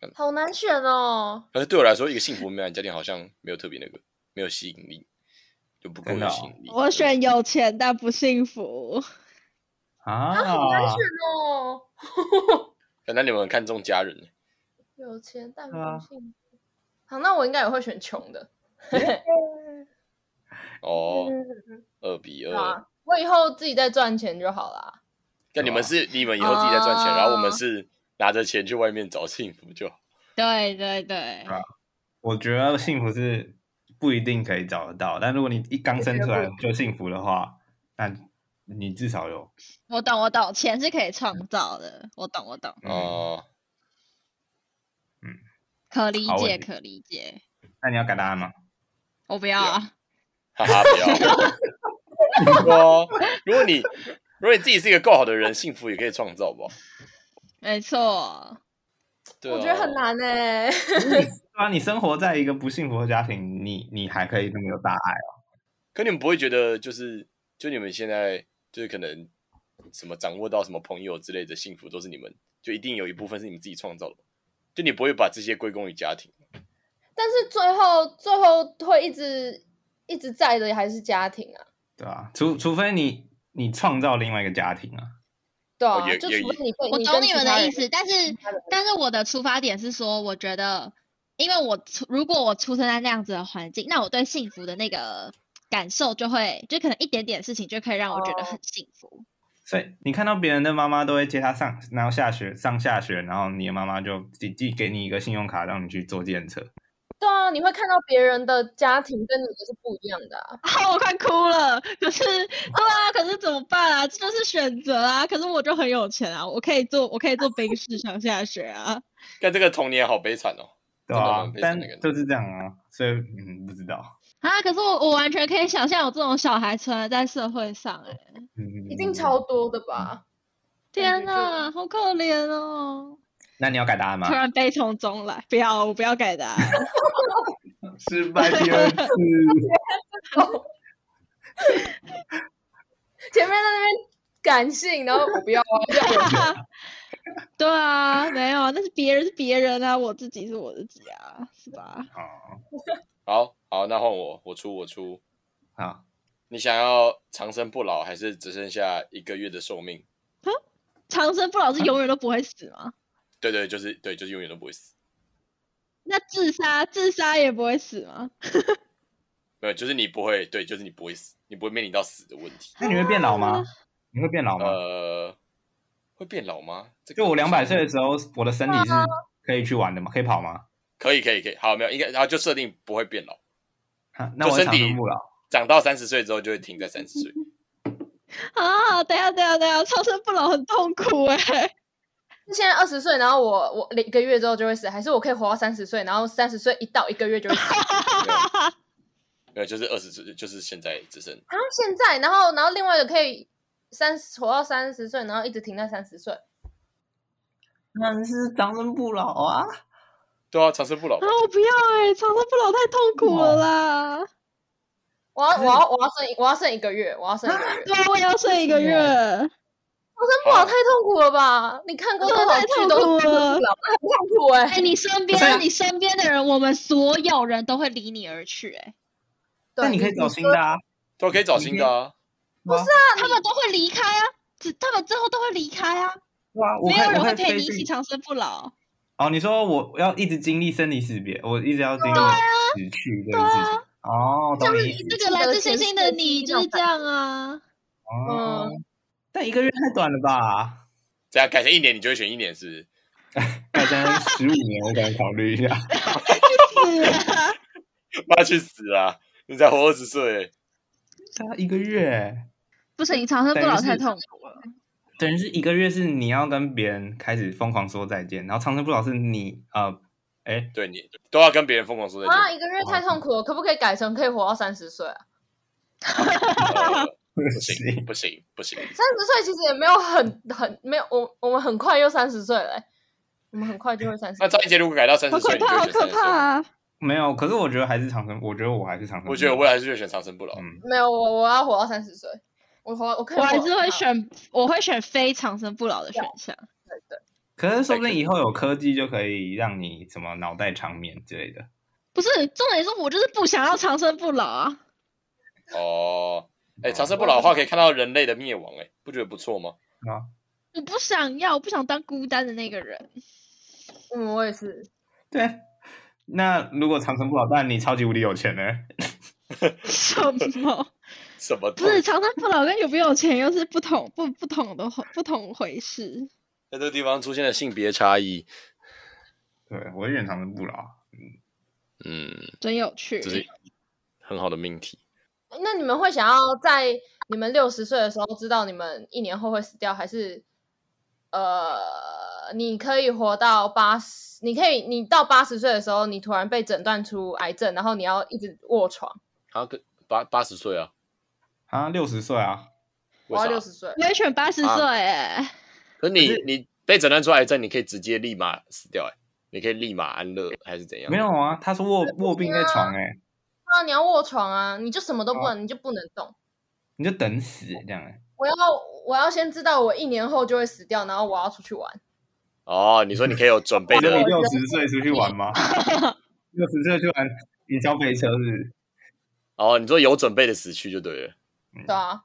嗯，
好难选哦。
但是对我来说，一个幸福美满的家庭好像没有特别那个，没有吸引力，就不够
真的哦
有吸引力。
我选有钱但不幸福，
啊，
啊，好难选哦。
对，那你们很看重家人呢，
有钱但不
对啊
幸福。好，那我应该也会选穷的。
哦，二比
嗯
对
二。
啊，我以后自己再赚钱就好啦。
那你们是你们以后自己在赚钱，
啊
然后我们是拿着钱去外面找幸福就好。
对对对，
我觉得幸福是不一定可以找得到，但如果你一刚生出来就幸福的话，那你至少有
我懂我懂，钱是可以创造的，我懂我懂，
哦、
哦、
可理
好问
解
题
可理解。
那你要改答案吗？
我不要啊，
哈哈，不要。 说，如果你如果你自己是一个够好的人，幸福也可以创造吧。
没错，
对、啊，
我觉得很。难哎、
对啊，你生活在一个不幸福的家庭，你你还可以这么有大爱哦。
可你们不会觉得就是就你们现在就是可能什么掌握到什么朋友之类的幸福，都是你们就一定有一部分是你们自己创造的吧，就你不会把这些归功于家庭。
但是最后最后会一直一直在的还是家庭啊，
对啊，除除非你你创造另外一个家庭啊，
对
哦
啊，
也
就
也
除非你跟
我
你
懂
跟
你
其
们
他
的意
人
思，但是
他人
但是我的出发点是说，我觉得，因为我出如果我出生在那样子的环境，那我对幸福的那个感受就会，就可能一点点事情就可以让我觉得很幸 福。
所以你看到别人的妈妈都会接他上，然后下学上下学，然后你的妈妈就寄寄给你一个信用卡，让你去坐电车。
对啊，你会看到别人的家庭跟你的是不一样的、啊。
啊，我快哭了。可 是，对啊，可是怎么办啊？这就是选择啊。可是我就很有钱啊，我可以做，我可以做冰室上下学啊。
但这个童年好悲惨哦。
对
真的
啊
蛮，悲惨
但
的感觉
就是这样啊，所以嗯，不知道，
啊，可是我我完全可以想象有这种小孩存在在社会上、欸，哎，
嗯，
一定超多的吧？
天
感觉就
哪，好可怜哦。
那你要改答案吗
突？然悲从中来，不要，我不要改答啊案。
失败第二次，
前面在那边感性，然后我不要啊，要我
对啊，没有，啊，那是别人是别人啊，我自己是我自己啊，是吧？
好
好好，那换我，我出我出。
好，
你想要长生不老，还是只剩下一个月的寿命？
长生不老是永远都不会死吗？
对对，就是对，就是永远都不会死。
那自杀，自杀也不会死吗？
没有，就是你不会，对，就是你不会死，你不会面临到死的问题。
那你会变老吗？你会变老吗？
呃，会变老吗？这个
就我
好像
两百岁的时候，我的身体是可以去玩的吗？可以跑吗？
可以可以可以，好，没有，应该然后就设定不会变老，
啊那
就
我会
身
长
体
生不老，
长到三十岁之后就会停在三 十岁。
啊，等一下等一下等一下，长生不老很痛苦哎、
是现在二十岁，然后我我一个月之后就会死，还是我可以活到三十岁，然后三十岁一到一个月就会死？
没有没有，就是二十岁，就是现在只剩
啊，现在，然后然后另外一个可以三十活到三十岁，然后一直停在三十岁。
那是长生不老啊！
对啊，长生不老吧
啊，。我不要哎、长生不老太痛苦了啦。
我要
可
我
是
要我要剩一我要剩一个月，我要剩一个月，
对啊，我也要睡一个月。
我真不老太
啊
痛苦了吧？你看过多
真的
少
太
剧
痛
都是
苦
不老，
了
很痛苦哎、
哎、你身
可是
边你身边的人，我们所有人都会离你而去哎、
对，
但你可以找新
说
的啊！
都可以找新的
嗯
啊。
不是啊，
他们都会离开啊，只他们之后都会离开啊，
对啊，我
没
可
有
以，
人
我可
会
以
陪
飞
你一起
去。
长生不老。
哦，你说我要一直经历生离死别，我一直要经历死去这件
对
事情
啊。，
哦，懂你意思
这。个来自星星的你就是这样啊。
哦，但一个月太短了吧？
这样改成一年，你就会选一年，是不是？
改成十五年，我可能考虑一下。
是啊，
妈去死啊！你才活二十岁，
他啊一个月，
不行，长生不老太痛苦了。
等于是一个月是你要跟别人开始疯狂说再见，然后长生不老是你呃，哎，
对你都要跟别人疯狂说再
啊，
见。
一个月太痛苦了，可不可以改成可以活到三十岁啊？
呃
不
不 行，不行，不行，
三十岁其实也没有很很没有，我我们很快又三十岁了欸、我们很快就会三十
那。张一杰如果改到三
好
十岁，
可
你就
怕，好
会选
可
三十
怕
岁。
啊！
没有，可是我觉得还是长生，我觉得我还是长生不老。
我觉得我未来是会选长生不老。
嗯，
没有我，我要活到三十岁，我活我可以
啊我
活
还
到
是会
他
选，我会选非长生不老的选项。
可是说不定以后有科技就可以让你什么脑袋长眠之类的。
不是，重点是我就是不想要长生不老啊！
哦，哎、长生不老的话可以看到人类的灭亡、哎，不觉得不错吗？
啊，
我不想要，我不想当孤单的那个人。
嗯，我也是，
对。那如果长生不老，但你超级无敌有钱呢？
什么？
什么
不
东
是
西？
长生不老跟有没有钱又是不同不不同的回不同回事。
在这个地方出现了性别差异，
对，我选长生不老。啊
嗯，
真有趣
这。是很好的命题。
那你们会想要在你们六十岁的时候知道你们一年后会死掉，还是呃，你可以活到八十？你可以，你到八十岁的时候，你突然被诊断出癌症，然后你要一直卧床，
啊，跟八八十岁啊？
啊，六十岁啊，
为
活到
啥
六？十岁。
我也选八十岁
啊
哎，
可是你你被诊断出癌症，你可以直接立马死掉、哎，你可以立马安乐还是怎样？
没有啊，他是卧卧病在床哎、
啊，你要卧床啊，你就什么都不能，你就不能动。
你就等死这样哎、
我要我要先知道我一年后就会死掉，然后我要出去玩。
哦，你说你可以有准备
你说你
的，
六十岁出去玩吗？六十岁去玩云霄飞车是不是？
哦，你说有准备的死去就对了。
对啊，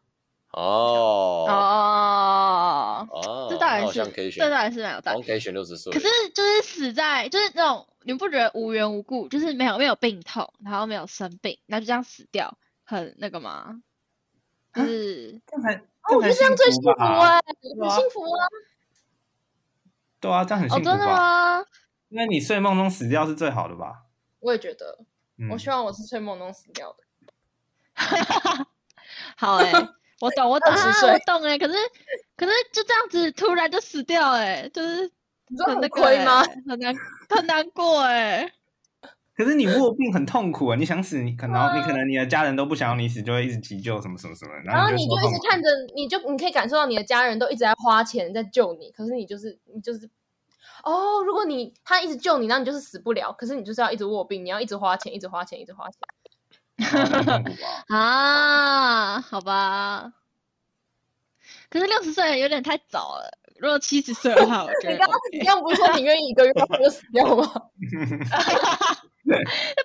哦
哦，
哦，
这当
那
然
好像可
是，
以
这
选，
当然是蛮有道
好
理
像。可以选六十岁
可。是就是死在就是那种你不觉得无缘无故就是没有没有病痛，然后没有生病，然后就这样死掉，很那个吗？
啊
就是
这样才，
哦，我觉得这样最幸
幸
福哎、
对
很
啊
幸福啊。
对啊，这样很
哦，
幸
真
福
的
吧？
吗？
因为你睡梦中死掉是最好的吧？
我也觉得，
嗯
我希望我是睡梦中死掉的。
好哎、我懂我懂
二十
啊，
岁
我懂哎、可是可是就这样子突然就死掉哎、就是
你知道
很
很
那个、欸
亏吗？？
很难很难过哎、
可是你卧病很痛苦啊，你想死，你可能你可能你的家人都不想要你死，就会一直急救什么什么什么，
然后
后
你就
就
一直看着，你就你可以感受到你的家人都一直在花钱在救你，可是你就是你就是，哦，如果你他一直救你，那你就是死不了，可是你就是要一直卧病，你要一直花钱，一直花钱，一直花钱。
看，很痛苦吧？
啊，好吧。可是六十岁有点太早了，如果七十岁的话，我觉
你
得
刚刚
OK
你刚刚不是说你愿意一个月后就死掉吗？
那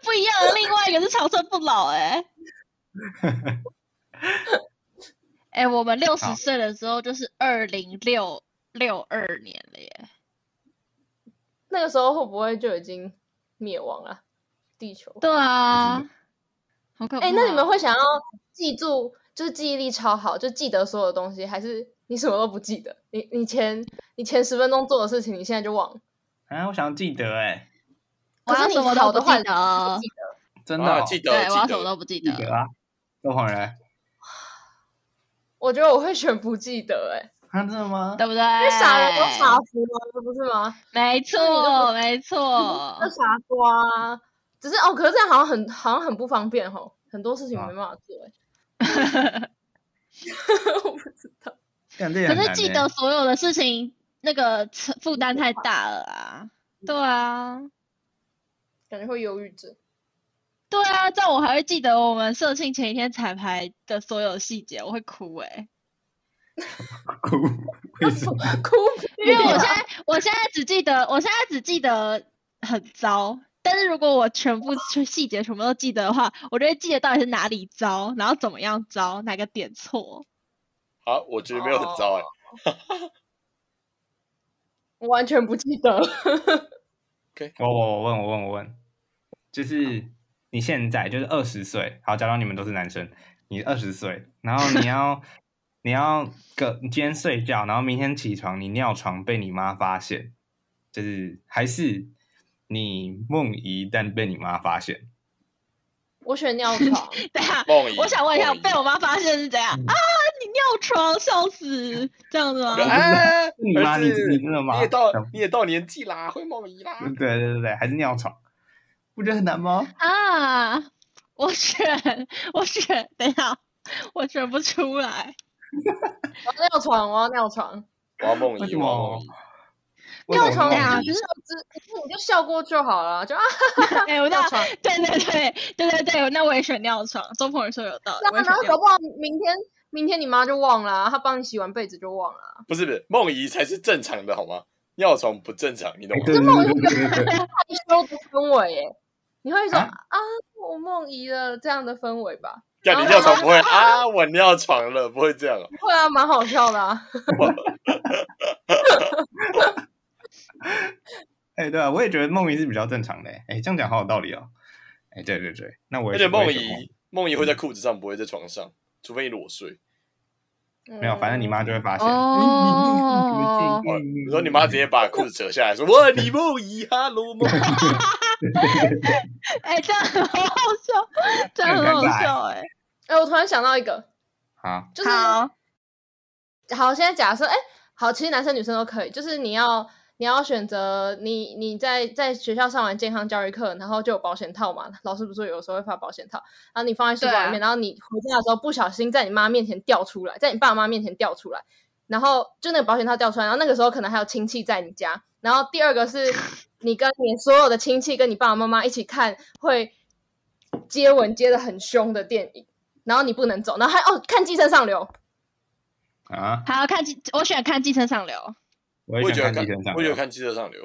不一样啊，另外一个是长生不老、哎。 哎，我们六十
好
岁的时候就是二零六六二年了耶，
那个时候会不会就已经灭亡了？地球？
对啊，好可怕！
哎、那你们会
嗯
想要记住，就是记忆力超好，就记得所有东西，还是你什么都不记得？你你前你前十分钟做的事情，你现在就忘了？
啊，我想要记得哎、
我
可
要
是
什
你
么
好的
都不
坏的
记
都
得哦
不，记得，
真的、
啊，
哦
记得
对，我要
记
什
得
么都不记
记
得，
得啊，周鹏仁
我觉得我会选不记得、欸，哎，
啊，真的吗？
对不对？
因为傻人都傻福啊，不是吗？
没
都
错，没错
那，傻瓜、啊，只是哦，可是这样好像很好像很不方便吼，很多事情
啊
没办法做、哎欸，我不知道。
干这也
可
很难、
是
欸、
记得所有的事情，那个承负担太大了啊！对啊，
感觉会忧郁 症，
对啊，这样我还会记得我们社庆前一天彩排的所有细节，我会哭哎、
哭， 为什么？
哭
因为
屁
我 现
啦
在我现在只记得我现在只记得很糟，但是如果我全部全细节全部都记得的话，我就会记得到底是哪里糟，然后怎么样糟，哪个点错。
啊，我觉得没有很
哦
糟哎、
我完全不记得。
我哦我我问我问我问，就是你现在就是二十岁，好，假如你们都是男生，你二十岁，然后你要你要个你今天睡觉，然后明天起床你尿床被你妈发现，就是还是你梦遗但被你妈发现，
我选尿床，
对啊，
梦遗，
我想问一下，
梦遗
被我妈发现是怎样
嗯
啊？你尿床，笑死，这样子吗？
哎，
啊你妈
儿
你
子
你真的吗嗯
你也到你也到年纪啦，会梦遗啦。
对对对对，还是尿床，不觉得很难吗？
啊，我选，我选，等一下，我选不出来。
我要尿床，我要尿床。
我要梦
为
遗，
什
我
么
要
为什么
梦遗。
吊床
不
对啊
能
就是
只你就笑过就好了，就啊，啊
哎，我那
吊床
对对对对对对，那我也选尿床。周鹏宇说有道理，我也选
然后
尿
搞
床
不好明天明天你妈就忘了啊、她帮你洗完被子就忘了啊、
不是不是，梦遗才是正常的好吗？尿床不正常，你懂吗？
哎对对对对对对，
害羞的氛围耶，你会说
啊
啊我梦遗了这样的氛围吧？
干你
然后
尿床不会啊？我尿床了，不会这样哦。
会啊，蛮好笑的啊。
哎、对啊，我也觉得梦遗是比较正常的、欸。哎、这样讲好有道理哦。哎、对对对，那我
而
也
且
是我
梦
也是
遗梦遗会在裤子上，不会在床上，除非你裸睡。
没有，反正你
嗯
妈就会发现。
哦
嗯
你说你妈直接把裤子扯下来，说：“哇，你梦遗，哈喽梦遗。啊
哎，这样很好笑，这样很
很尴
好
尬
笑哎。
哎、我突然想到一个，
好，
就是
好，
好，现在假设，哎，好，其实男生女生都可以，就是你要你要选择你你在在学校上完健康教育课，然后就有保险套嘛，老师不是有时候会发保险套，然后你放在书
对
包
啊
里面，然后你回家的时候不小心在你妈面前掉出来，在你爸妈面前掉出来，然后就那个保险套掉出来，然后那个时候可能还有亲戚在你家，然后第二个 是你跟你所有的亲戚跟你爸爸妈妈一起看会接吻接的很凶的电影。然后你不能走，然后还哦看《寄生上流》，
啊，
好看寄，我选看《寄生上流》。
我”
我
也
也觉
想
得
看
看
寄生，上
我也
流
觉得。看《汽车上流》，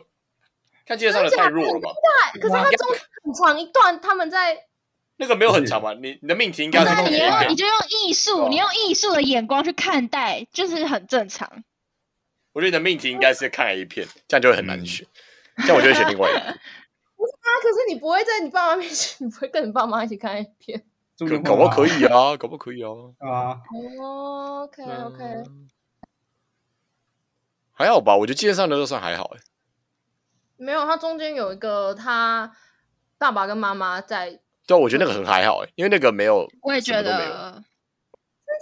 看《汽车上流》太弱了吧？
可是它中间哎很长一段，他们在啊
那个没有很长吧？你你的命题应该是
那
对，
梦
你
遗
要
吧
用你就用艺术，
哦
你用艺术的眼光去看待，就是很正常。
我觉得你的命题应该是看 A 片，这样就会很
嗯
难选。这样我就会选另外一个，
啊，可是你不会在你爸妈面前， 你不会跟你爸妈一起看 A 片。
猪
搞
猪
搞不好可以啊，搞不好可以啊。
啊，
哦，OK OK，
嗯还好吧，我觉得《汽车上流》都算还好。欸
没有，他中间有一个他爸爸跟妈妈在，真
对啊，我觉得那个很还好哎，因为那个没有，
我也
什么
觉
都没有
得，
的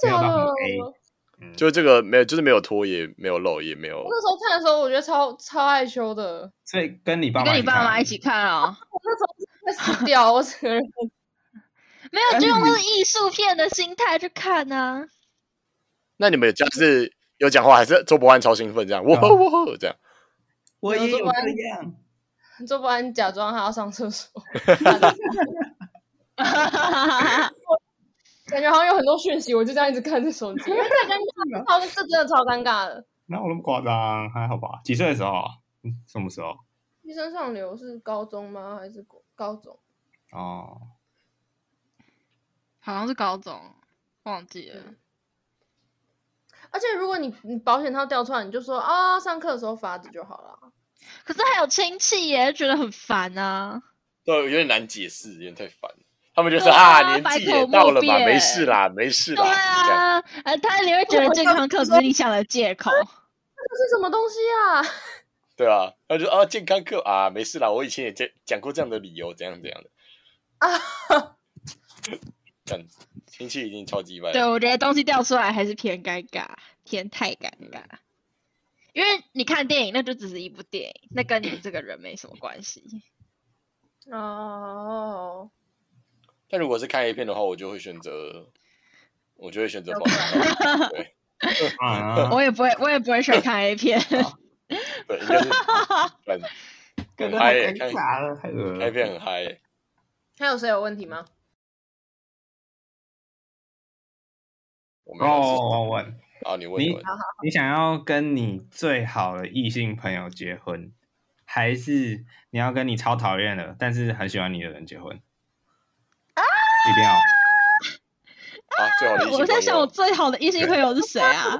假
没有到
的
很 A？嗯
就是这个没有，就是没有脱，也没有露，也没有
我那时候看的时候，我觉得超超害羞的，
所以跟你爸妈
跟你爸妈一起看啊、
我那时候真的死掉，我整个人
没有就用哎那个艺术片的心态去看啊。
那你们有就是有讲话，还是周伯安超兴奋这样？
嗯
哇
啊
哇哇这样，
我
也
也
有
有
这
这样，
做不安假装他要上厕所， 感觉好像有很多讯息，我就这样一直看着手机， 太尴尬了，好像这真的超尴尬的。
哪有那么夸张？还好吧？几岁的时候啊？嗯什么时候？
寄生上流是高中吗？还是国高中？
哦，
好像是高中，忘记了。
而且如果你你保险套掉出来，你就说啊，上课的时候罚着就好了。
可是还有亲戚耶，觉得很烦啊。
对，有点难解释，有点太烦了。他们就是
对啊
啊，年纪
百口
也
莫
到了嘛，
辩
没事啦，没事
对
啦，这样。
啊，呃，他你会觉得健康课只是你想的借口。
这是什么东西啊？
对啊，他就说啊，健康课啊，没事啦，我以前也讲讲过这样的理由，怎样怎样的
啊，
这样子，亲戚已经超级歪
对，
了，
我觉得东西掉出来还是偏尴尬，偏太尴尬。嗯因为你看电影，那就只是一部电影，那跟你这个人没什么关系。
哦，
但如果是看 A 片的话，我就会选择，我就会选择
要
保
不
险套，对
啊，
我也不会，我也不会选看 A 片。
对，应 该是很
跟
很嗨耶，看
尬了，太恶了
A 片很嗨耶，
还有谁有问题吗？
我没有
哦，我问。
啊，你问
你
你问，
你想要跟你最好的异性朋友结婚，还是你要跟你超讨厌的但是很喜欢你的人结婚？一定要
啊，最好的异性
我在
朋
想，
友
我最好的异性朋友是谁 啊？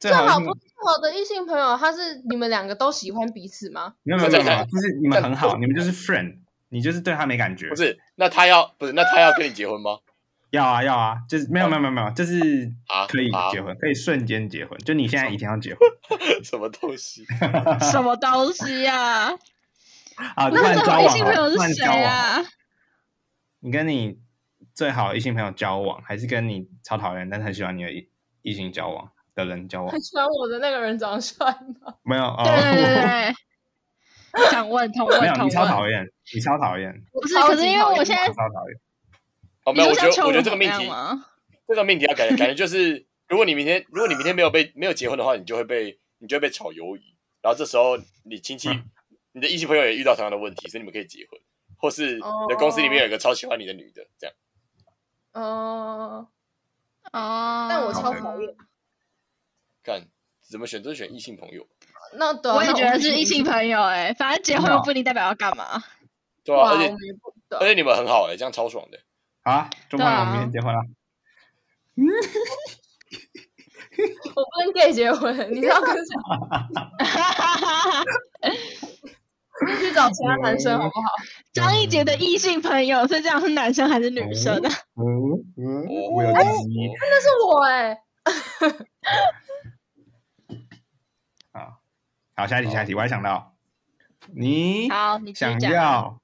最好
最好
是
不是最好的异性朋友，他是你们两个都喜欢彼此吗？
没有没有没有没有，就是你们
这样
很好，你们就是 friend，你就是对他没感觉。
不是，那他要不是，那他要跟你结婚吗？
要啊要啊，就是没有没有没有没有，就是
啊
可以
啊
结婚，可以瞬间结婚，就你现在一定要结婚
什么东西？
什么东西啊？
啊！
那
乱
最
交
好
往
异性朋
哦，
友
乱
是
交
谁
往。
啊？
你跟你最好的异性朋友交往，还是跟你超讨厌但是很喜欢你的异异性交往的人交往
很？ 喜欢我的那个人长得帅 吗？
没有哦，
对对对对，想问同
没
问
有，
同
你超
问，
讨厌，你超讨厌，
不
不是？可是因为我现
你
在
超讨厌。
哦，
你
没有，
说
我觉
像
得
秋
我觉得
荣
这个
怎么
命
样
题，
吗？
这个命题要 改，感觉就是，如果你明天，如果你明天没有被没有结婚的话，你就会被你就会被炒鱿鱼，然后这时候你亲戚、你的异性朋友也遇到同样的问题，所以你们可以结婚，或是你的公司里面有一个超喜欢你的女的，这样。
哦，
哦，
但我超
好
讨厌。
干，怎么选都是选异性朋友，
那对啊，
我也
那
觉得是异性朋友哎、反正结婚
真的哦
又不一定代表要干 嘛。
对
友
啊，而
哇，我
且
们也不
而且你们很好哎、这样超爽的。
好啊，中国
对啊
我们明天结婚了，
我不跟 gay 结婚，你是要跟谁？ 你去找其他男生好不好？
张一杰的异性朋友是这样，是男生还是女生啊？
嗯嗯，
我
我有
哎
记忆
那是我哎、
啊。好，下一题，下一题，我还想到，你
好，你继续
想
讲。
要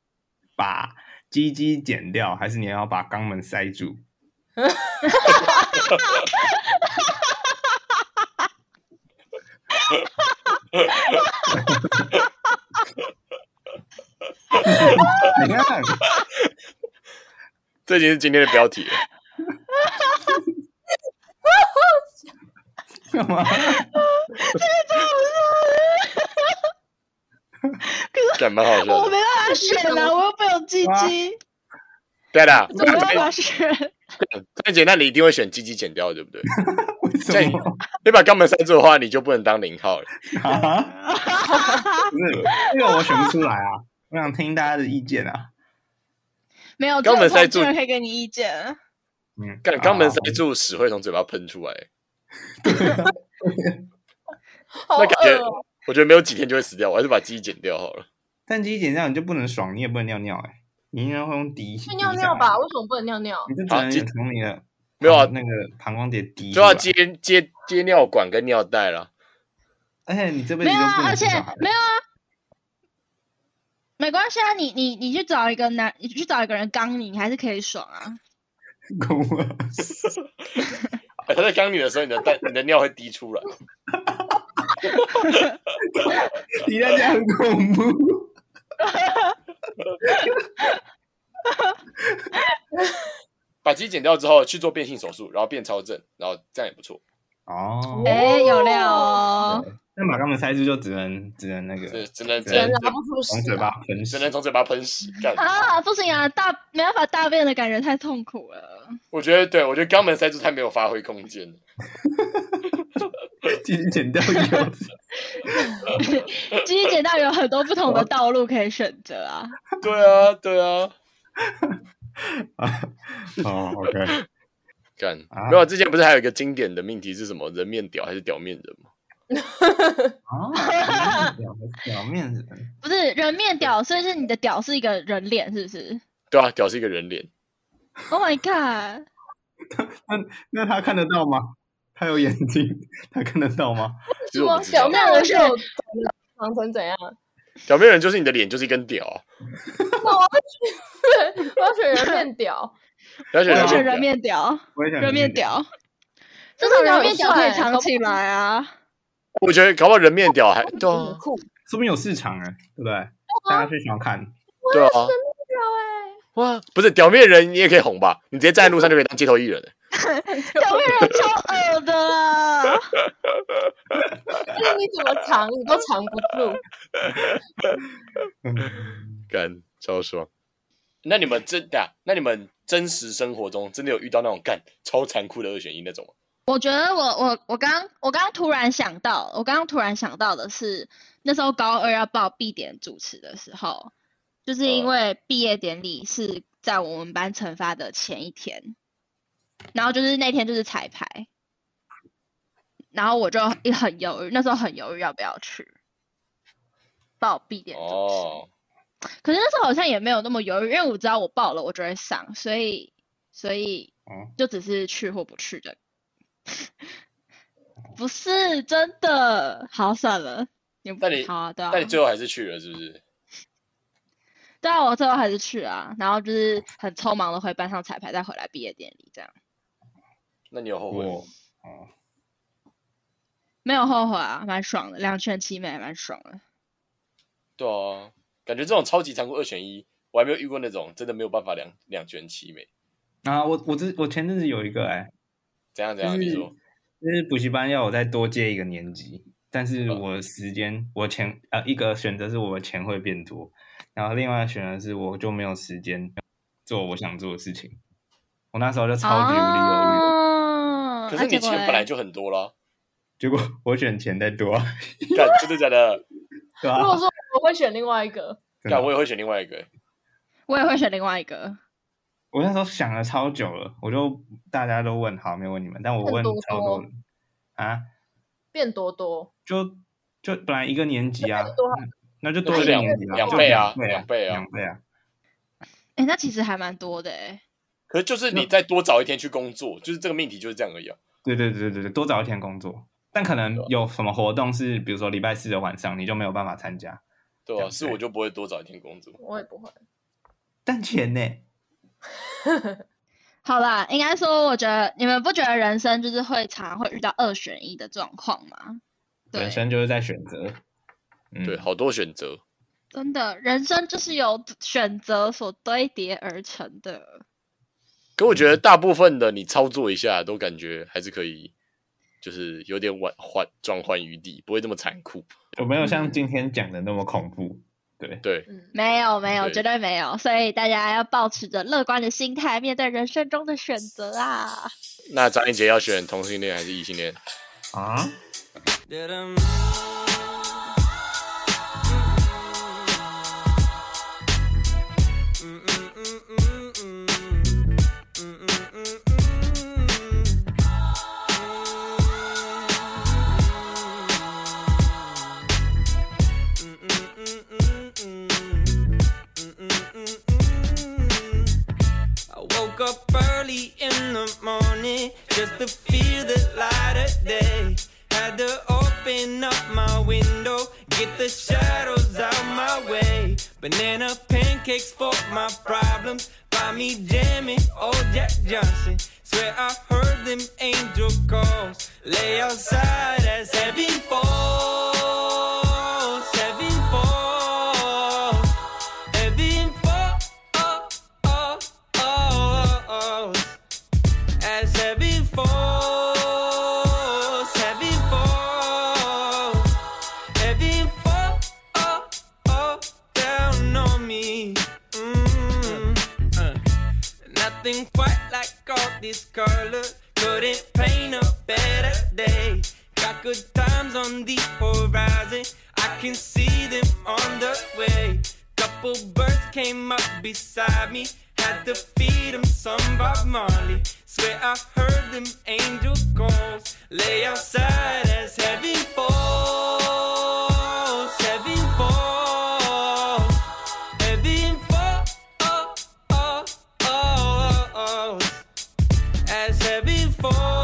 把鸡鸡剪掉，还是你要把肛门塞 住？ 你看，
这已经是今天的标题了。
干嘛？
干蛮好笑
我
的。
没办法 选了，我又没有鸡
哇
鸡，
对啦，
我没办
张
法选。
张姐，那你一定会选鸡鸡剪掉，对不 对？
为
这
什
样
么？
你把肛门塞住的话，你就不能当零号了。
啊？不是，这个我选不出来啊！我想听大家的意见啊。
没有，
肛门
这个
塞
我
住
真的可以给你意见。
嗯，
干肛门塞
啊
住，屎会从嘴巴喷出来，
好
那感觉
恶、哦，
我觉得没有几天就会死掉。我还是把鸡剪掉好了。
但鸡剪掉你就不能爽，你也不能尿尿哎、你应该会用滴
去尿
滴
尿
上来
吧？为什么不能尿尿？
你就只
好
能
鸡
从你的
没有啊
膀那个膀胱点滴出
就要
来，
接接接尿管跟尿袋啦。
而且你这辈
没
子
有
都不
啊，
能
而且
生小孩。
没有啊，没关系啊，你你你去找一个男，你去找一个人刚你，你还是可以爽啊。
公了，
哎他在肛你的时候，你的蛋、你的尿会滴出来。
你在家很恐怖。
把鸡剪掉之后，去做变性手术，然后变超正，然后这样也不错。
哦，
哎，有料哦。
那把肛门塞住就只能只能那个
只只能只
对
人
能
拿不
从
出屎
嘴
啊、
巴喷
只
屎。
能从嘴巴喷屎。干，
啊，不行啊，大没办法，大便的感觉太痛苦 了。
我觉得对我觉得肛门塞住太没有发挥空间了。
鸡鸡剪掉以 后，
鸡鸡剪掉有很多不同的道路可以选择啊。
对啊，对啊。
哦，OK，
干，
啊
没有，之前不是还有一个经典的命题是什么？人面屌还是屌面人吗？
哦，表表面人
不是人面屌，所以是你的屌是一个人脸，是不是
对啊，屌是一个人脸，
？Oh my god！
那他看得到吗？他有眼睛， 他看得到吗？
其实我不知道
小，
面
面
人
人
是
是
有
有长成怎样？
屌面人就是你的脸就是一根屌啊，
那我要选，我要选人面屌。
而且
我也
觉
觉
得
得人面屌，
我也想
啊人面
屌。
屌，这种人
人
面
面
屌
屌
可
很帅
以藏起来啊。
我觉得搞不好人面屌还 对啊，
酷，
说不定有市场哎、对不对？大家最喜欢看。
对啊，
屌
哇，不是屌面人你也可以红吧？你直接站在路上就可以当街头艺人了。
小面人超恶的啊啦，
哎、欸，你怎么藏你都藏不住。
嗯，
干超爽。那你们真的、那你们真实生活中真的有遇到那种干超残酷的二选一那种吗？
我觉得我我我刚我刚突然想到，我刚刚突然想到的是，那时候高二要报毕典主持的时候，就是因
哦
为毕业典礼是在我们班惩罚的前一天，然后就是那天就是彩排，然后我就一很犹豫，那时候很犹豫要不要去报毕典主持。
哦，
可是那时候好像也没有那么犹豫，因为我知道我报了我就会上，所以所以
哦
就只是去或不去的， 不是真的。好，算了，你不
那你
好啊，对啊
那，你最后还是去了是不是？
对啊，我最后还是去啊，然后就是很匆忙的回班上彩排，再回来毕业典礼这样，
那你有后悔吗？
我哦，
没有后悔啊，蛮爽的，两全其美，蛮爽的。
对啊，感觉这种超级残酷二选一，我还没有遇过那种真的没有办法两两全其美。
啊，我我之我前阵子有一个哎、
怎样怎样？你
就是
说
就是补习班要我再多接一个年级，但是我时间我钱呃一个选择是我的钱会变多，然后另外一个选择是我就没有时间做我想做的事情。我那时候就超级无敌
啊
犹豫的，
哦
可是你钱本来
就
就很多了，
结果我选钱再多，啊
干真的假的？
对
如果
吧？
说我会选另外一个，
真的
干我也会选另外一个、欸
我也会选另外一个。
我那时候想了超久了，我就大家都问好，没有问你们，但我
问
问
多多
超多人啊，
变多多，
就就本来一个年级啊
那多少，
那就多
那
一
就
个
两
年级啊，
两
就
倍啊
两
两倍啊
两倍啊，
哎，那其实还蛮多的哎。
可是就是你再多找一天去工作，就是这个命题就是这样而已啊。
对对对对对，多找一天工作，但可能
啊
有什么活动是，比如说礼拜四的晚上你就没有办法参加，
对
两
啊，
倍
是我就不会多找一天工作。
我也不会。
但钱呢？
好啦，应该说，我觉得你们不觉得人生就是会常会遇到二选一的状况吗？对
人，生就是在选择，嗯
对，好多选择。
真的，人生就是由选择所堆叠而成的。
可我觉得大部分的你操作一下，都感觉还是可以，就是有点挽缓转换余地，不会这么残酷。
有没有像今天讲的那么恐怖？对，
对，
嗯，
没有，没有，
对
绝对没有。所以大家要保持着乐观的心态，面对人生中的选择啊。
那张一杰要选同性恋还是异性恋？
啊，
I woke up early in the morning just to feel the light of day. Had to open up my window, get the shadows out my way. Banana pancakes for my problems. Find me jamming, old Jack Johnson. Swear I heard them angel calls. Lay outside as heaven falls, heaven falls. Heaven oh, falls, oh, as heaven falls, heaven falls, heaven falls oh, down on me. Mm. Uh. Nothing quite like all this color. Couldn't paint a better day. Got good times on the horizon. I can see them on the way. Couple birds came up beside me. Had to feed them some Bob Marley. Swear I heard them angel calls. Lay outside as heaven falls. Heaven falls. Heaven falls as heaven falls. Mm.